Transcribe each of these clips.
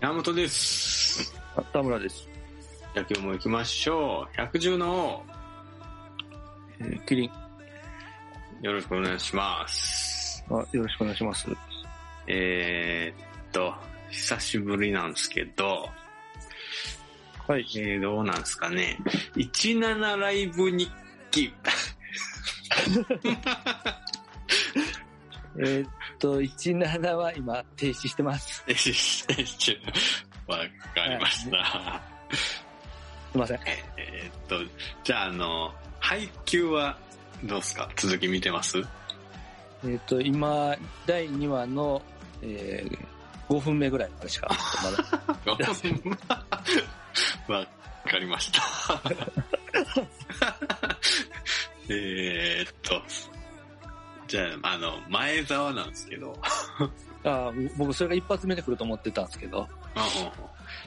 山本です。田村です。じゃあ今日も行きましょう。百獣のえー、キリン王、よろしくお願いします。あ、よろしくお願いします。えー、っと、久しぶりなんですけど、はい。えー、どうなんですかね。17ライブ日記。 えーっと、17は今、停止してます。 えししわかりました。すいません。えーっと、じゃああの、配給はどうですか続き見てますえーっと、今、第2話の、えー、5分目ぐらいまでしか、まだ。 わかりました。 えーっと、じゃあ、あの、前澤なんですけど、あー僕、それが一発目で来ると思ってたんですけど。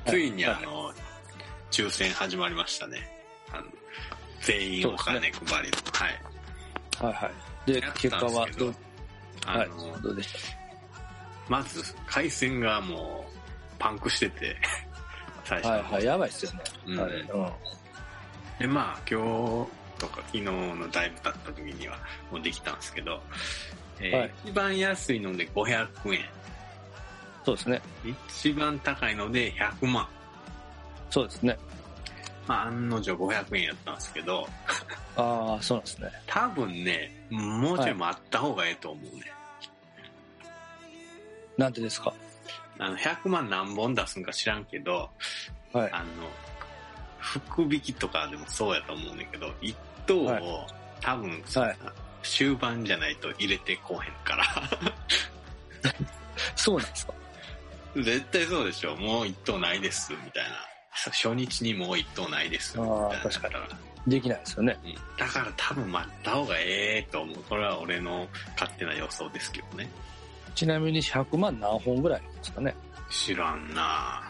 ついにはあの、抽選始まりましたね。あの全員お金配りの。はい。はいはい。でやっ、結た果んですはけどどう、、あはいの、、どうでしまず、回線がもう、パンクしてて、 最た初の方はいはい。やばいっすよね。うんあれうん。はでまあ今日とか昨日のだいぶ経った時にはもうできたんですけど、えーはい一番安いので500円そうですね。一番高いので100万、そうですね。まあ、案の定500円やったんですけどああ、そうなんですね。多分ねもうちょい待った方がええと思うね、なんでですかあの100万何本出すんか知らんけどはい。あの福引きとかでもそうやと思うねんだけど一等を、はい多分、はい終盤じゃないと入れてこうへんからそうなんですか絶対そうでしょ。もう一等ないです、みたいな。さ初日にもう一等ないです、みたいなあ。ー確かに。できないですよね。うんだから多分待った方がええと思う。これは俺の勝手な予想ですけどね。ちなみに100万何本ぐらいですかね知らんなま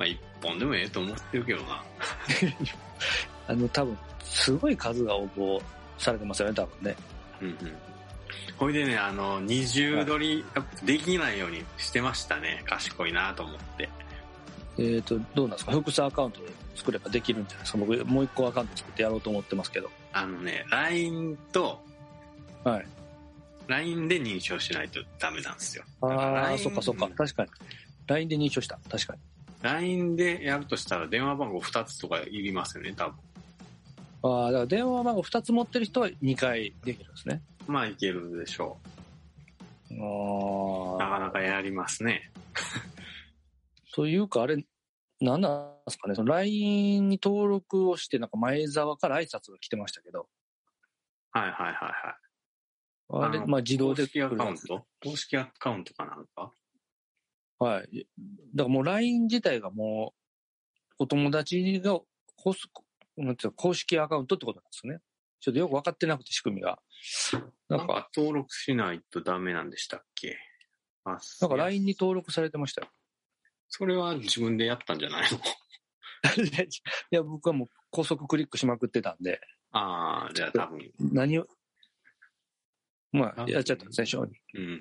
あ一本でもええと思ってるけどな。あの、多分、すごい数が応募されてますよね、多分ね。うんうん。ほいでね、あの、二重取り、やっぱできないようにしてましたね。賢いなと思って。えっ、と、どうなんですか複数アカウント作ればできるんじゃないですか僕、もう一個アカウント作ってやろうと思ってますけど。あのね、LINE と、はい。 LINE で認証しないとダメなんですよ。だらああ、 LINE そっかそっか。確かに。LINE で認証した。確かに。 LINE でやるとしたら電話番号2つとかいりますよね、多分。ああ、だから電話番号2つ持ってる人は2回できるんですね。まあいけるでしょう。なああ。かなかやりますね。というか、あれ、なんなんですかね。その LINE に登録をして、なんか前澤から挨拶が来てましたけど。はいはいはいはい。あれ、あのまあ自動公で式来アるカウやンつト公式アカウントかなんかはい。だからもう LINE 自体がもう、お友達がこす、なんていうの公式アカウントってことなんですね。ちょっとよく分かってなくて、仕組みが。ななんんか、か登録しないとダメなんでしたっけあなんかいや LINE に登録されてましたよ。 それは自分でやったんじゃないの いや、僕はもう高速クリックしまくってたんで、ああ、じゃあ多分。何を、まああ、やっちゃったんですね、正直うん。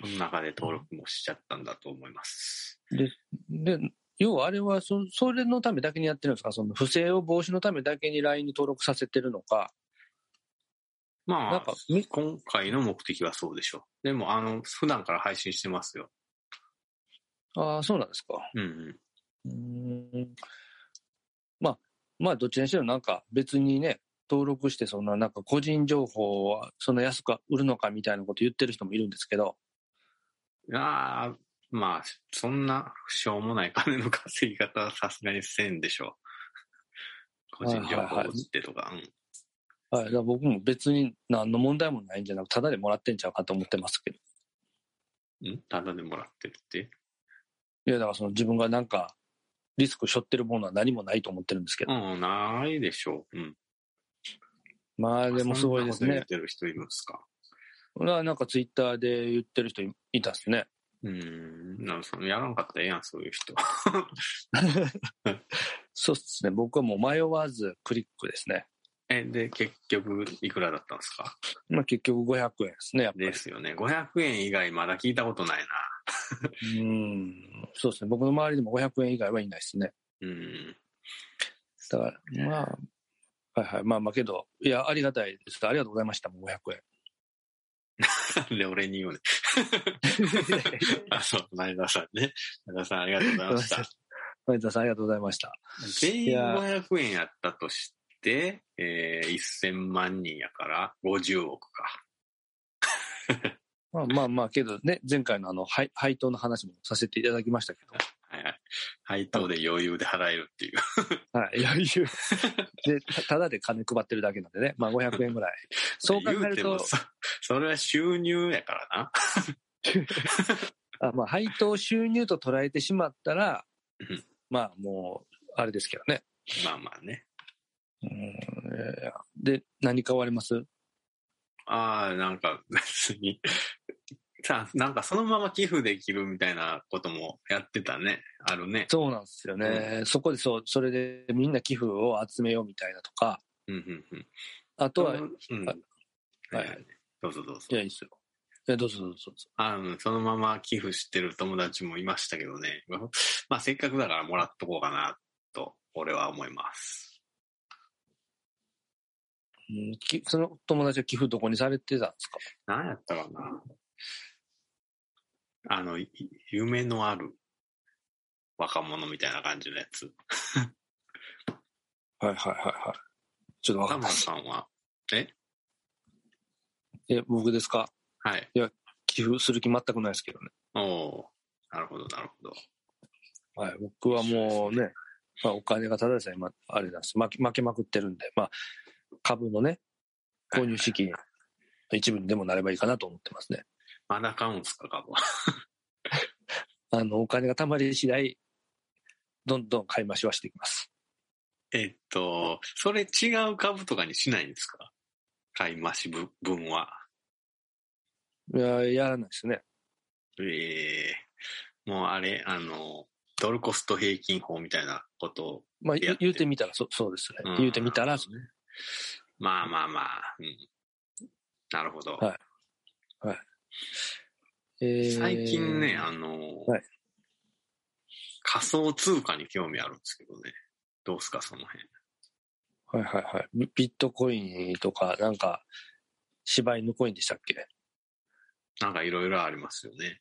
その中で登録もしちゃったんだと思います。で、要はあれはそ、それのためだけにやってるんですかその不正を防止のためだけに LINE に登録させてるのか。なまんあか、み今回の目的はそうでしょう。でも、あの、普段から配信してますよ。ああ、そうなんですか。うんうん。うーんまあ、まあ、どっちにしろなんか別にね、登録して、そんななんか個人情報をそんな安く売るのかみたいなこと言ってる人もいるんですけど、ああ、まあ、そんな、しょうもない金の稼ぎ方はさすがにせんでしょう。 個人情報を売ってとか、うんはい、だから僕も別に何の問題もないんじゃなく、ただでもらってんちゃうかと思ってますけど、うん。ただでもらってるって。いや、だからその自分がなんかリスク背負ってるものは何もないと思ってるんですけど、うん、ないでしょう。うん。まあ、でもすごいですそんなねこ。と言ってる人いるんですか。まあなんかツイッターで言ってる人いいたっすね。うん。なんかその、やらんかったらええやん、そういう人。そうですね、僕はもう迷わずクリックですね。え、で、結局、いくらだったんですかまあ結局500円ですね、やっぱりで。すよね。500円以外まだ聞いたことないな。うん。そうですね。僕の周りでも500円以外はいないですね。うん。 だから、まあ、はいはい。まあまあけど、いや、ありがたいです。ありがとうございました。もう500円。なんで俺に言うね。あ、そう、前田さんね。前田さんありがとうございました。前田さん、ありがとうございました。全員500円やったとして、えー、1000万人やから50億か。まあまあまあけどね、前回のあの、配配当の話もさせていただきましたけはいはい。配当で余裕で払えるっていう。ど、はい、余裕。で、たただで金配ってるだけなんでね、まあ500円ぐらい。 そう考え言るてもと、そ、それは収入やからな。あまあ配当収入と捉えてしまったらうん、まあもう、あれですけどね。まあまあね。うんえーで、何か終わりますああ、なんか別に。さあ、なんかそのまま寄付できるみたいなこともやってたね。あるね。そうなんですよね。そこでそう、それでみんな寄付を集めようみたいなとか、うんうんうん。あとは、ういん。ははいいはい。どうぞどうぞ。や、いいっすよ。いや、どうぞどうぞどうぞ。あの、そのまま寄付してる友達もいましたけどね。 まあ、せっかくだからもらっとこうかな、と、俺は思います。うんきその友達は寄付どこにされてたんですか何やったかな。あの、い夢のある若者みたいな感じのやつ。はいはいはいはい。ちょっとわか田んな村い。さんは、え、僕ですかはい。寄付する気全くないですけどね。おおーなるほど、なるほど。はい、僕はもうね、まあ、お金がただでさえ、まあれなんです負け、負けまくってるんで、まあ、株のね、購入資金、一部にでもなればいいかなと思ってますね。まだ買うんすか、かも。あの、お金が貯まり次第、どんどん買い増しはしていきます。 えっと、それ違う株とかにしないんですか買い増し分分は。いや、やらないですね。ええもうあれ、あの、ドルコスト平均法みたいなことを。まあ、や言って言うてみたらそ、そうですね。言うてみたら、ね。まあまあまあ、うん。なるほど。はいえー最近ね、あの、はい仮想通貨に興味あるんですけどね。どうすか、その辺。はいはいはい。ビビットコインとか、なんか、芝居のコインでしたっけなんかいろいろありますよね。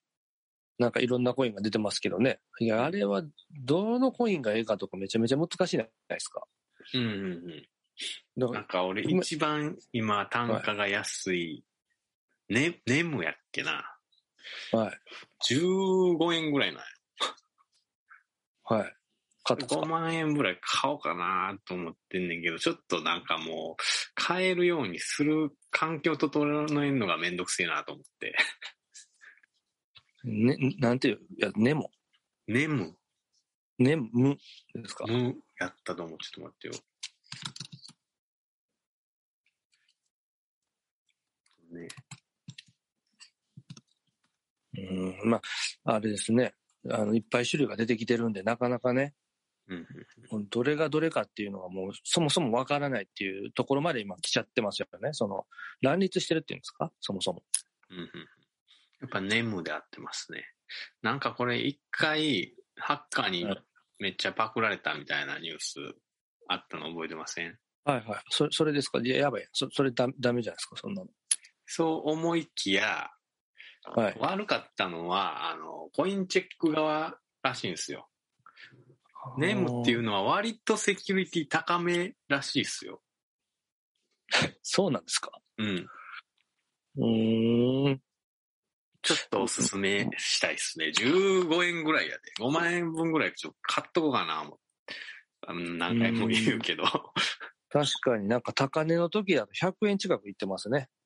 なんかいろんなコインが出てますけどね。いや、あれは、どのコインがええかとかめちゃめちゃ難しいじゃないですか。うんうんうん。だなかんら、か俺今一番今単価が安い、ね、ネムやっけな。はい、 15円ぐらいなんよはい。買ったんです5か万円ぐらい買おうかなと思ってんねんけど、ちょっとなんかもう、買えるようにする環境整えるのがめんどくせえなと思 って。ね、なんていう、いや、ネモ。ネム、ネムですか。ムやったと思う。ちょっと待ってよ。ね、うん、まあ、あれですね。あの、いっぱい種類が出てきてるんで、なかなかね、うんうん。どれがどれかっていうのがもう、そもそもわからないっていうところまで今来ちゃってますよね。その、乱立してるっていうんですかそもそも。うんうん。やっぱネムで合ってますね。なんかこれ一回、ハッカーにめっちゃパクられたみたいなニュースあったの覚えてませんはいはい。それ、それですかいや、やばい。そそれだ、ダメじゃないですか、そんなの。そう思いきや、はい。悪かったのは、あの、コインチェック側らしいんですよ。ネムっていうう。のは割とセキュリティ高めらしいですよ。そうなんですか。うん。うーん。ちょっとおすすめしたいですね。15円ぐらいやで。5万円分ぐらいちょっと買っとこうかな、思ってあの何回も言うけど。確かになんか高値の時だと100円近くいってますね。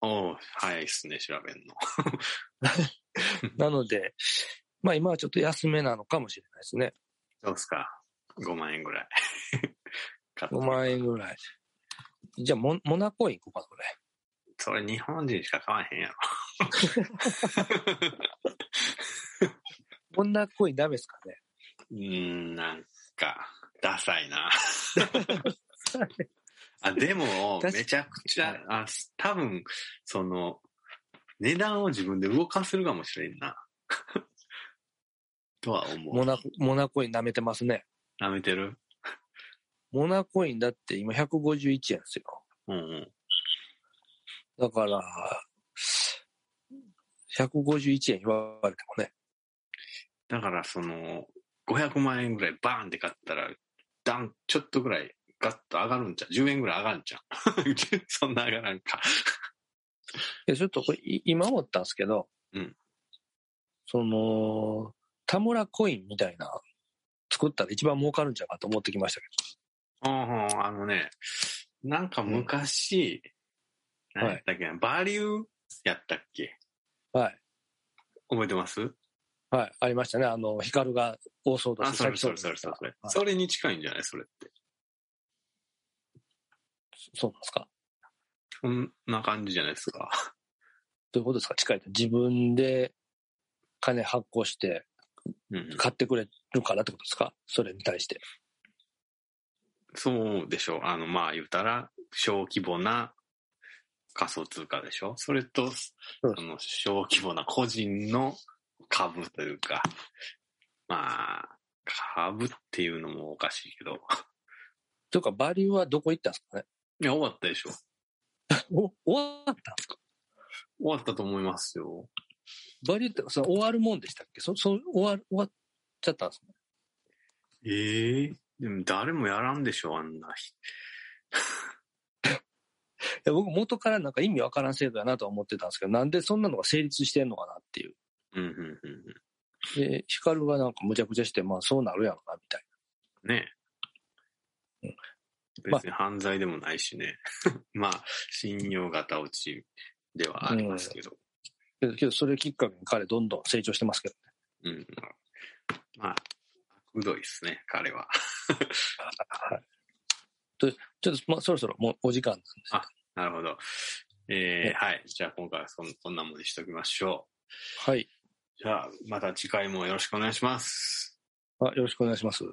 おう早いですね、調べんの。なので、まあ今はちょっと安めなのかもしれないですね。どうっすか ?5 万円ぐら い。買った5万円ぐらい。じゃあモ、モナコイン行こうか、これ。それ日本人しか買わへんや ろ。モナコインダメですかね。うーん、なんか、ダサいな。あでも確、かにめちゃくちゃ、あ多分、その、値段を自分で動かせるかもしれんな。 とは思モう。ナコ、モナコイン舐めてますね。舐めてるモナコインだって今151円ですよ。うんうん。だから、151円言われてもね。だから、その、500万円ぐらいバーンって買ったら、ダン、ちょっとぐらいガッと上がるんちゃう ?10 円ぐらい上がるんちゃう そんな上がらんか。いや、ちょっとこれ、い今思ったんですけど、うんその、田村コインみたいな、作ったら一番儲かるんちゃうかと思ってきましたけうんうん、あのね、なんか昔、うん何やったっけな、バリューやったっけど。はい。覚えてますはい。ありましたね。あの、ヒカルが大騒動あ、してそれ先そそうれそれそれそれ。はいそれに近いんじゃないそれって。そうなんですか。そんな感じじゃないですか。どういうことですか近いと。自分で金発行してうんうん、買ってくれるからってことですかそれに対して。そうでしょう。あの、まあ言うたら、小規模な仮想通貨でしょ。それと、うんあの小規模な個人の株というか、まあ、株っていうのもおかしいけど。というか、バリューはどこ行ったんですかねいや、終わったでしょ。お、終わったんですか終わったと思いますよ。バリューって、その終わるもんでしたっけそ、そ、終わる、終わっちゃったんですかええでも誰もやらんでしょ、あんな人。いや僕元からなんか意味わからん制度やなとは思ってたんですけど、なんでそんなのが成立してんのかなっていう。うんうんうんうで、ヒカルがなんかむちゃくちゃして、まあそうなるやろな、みたいん。ねうえん。まあ別に犯罪でもないしね。 まあ、信用型落ちではありますけど。な。けど、けどそれきっかけに彼どんどん成長してますけどね。うん。まあ、うどいですね、彼は。 はい。とちょっと、まあそろそろもうお時間なんで。なるほど。えー、はい。じゃあ今回はそんこんなもんにしときましょはい。う。じゃあ、また次回もよろしくお願いします。あよろしくお願いします。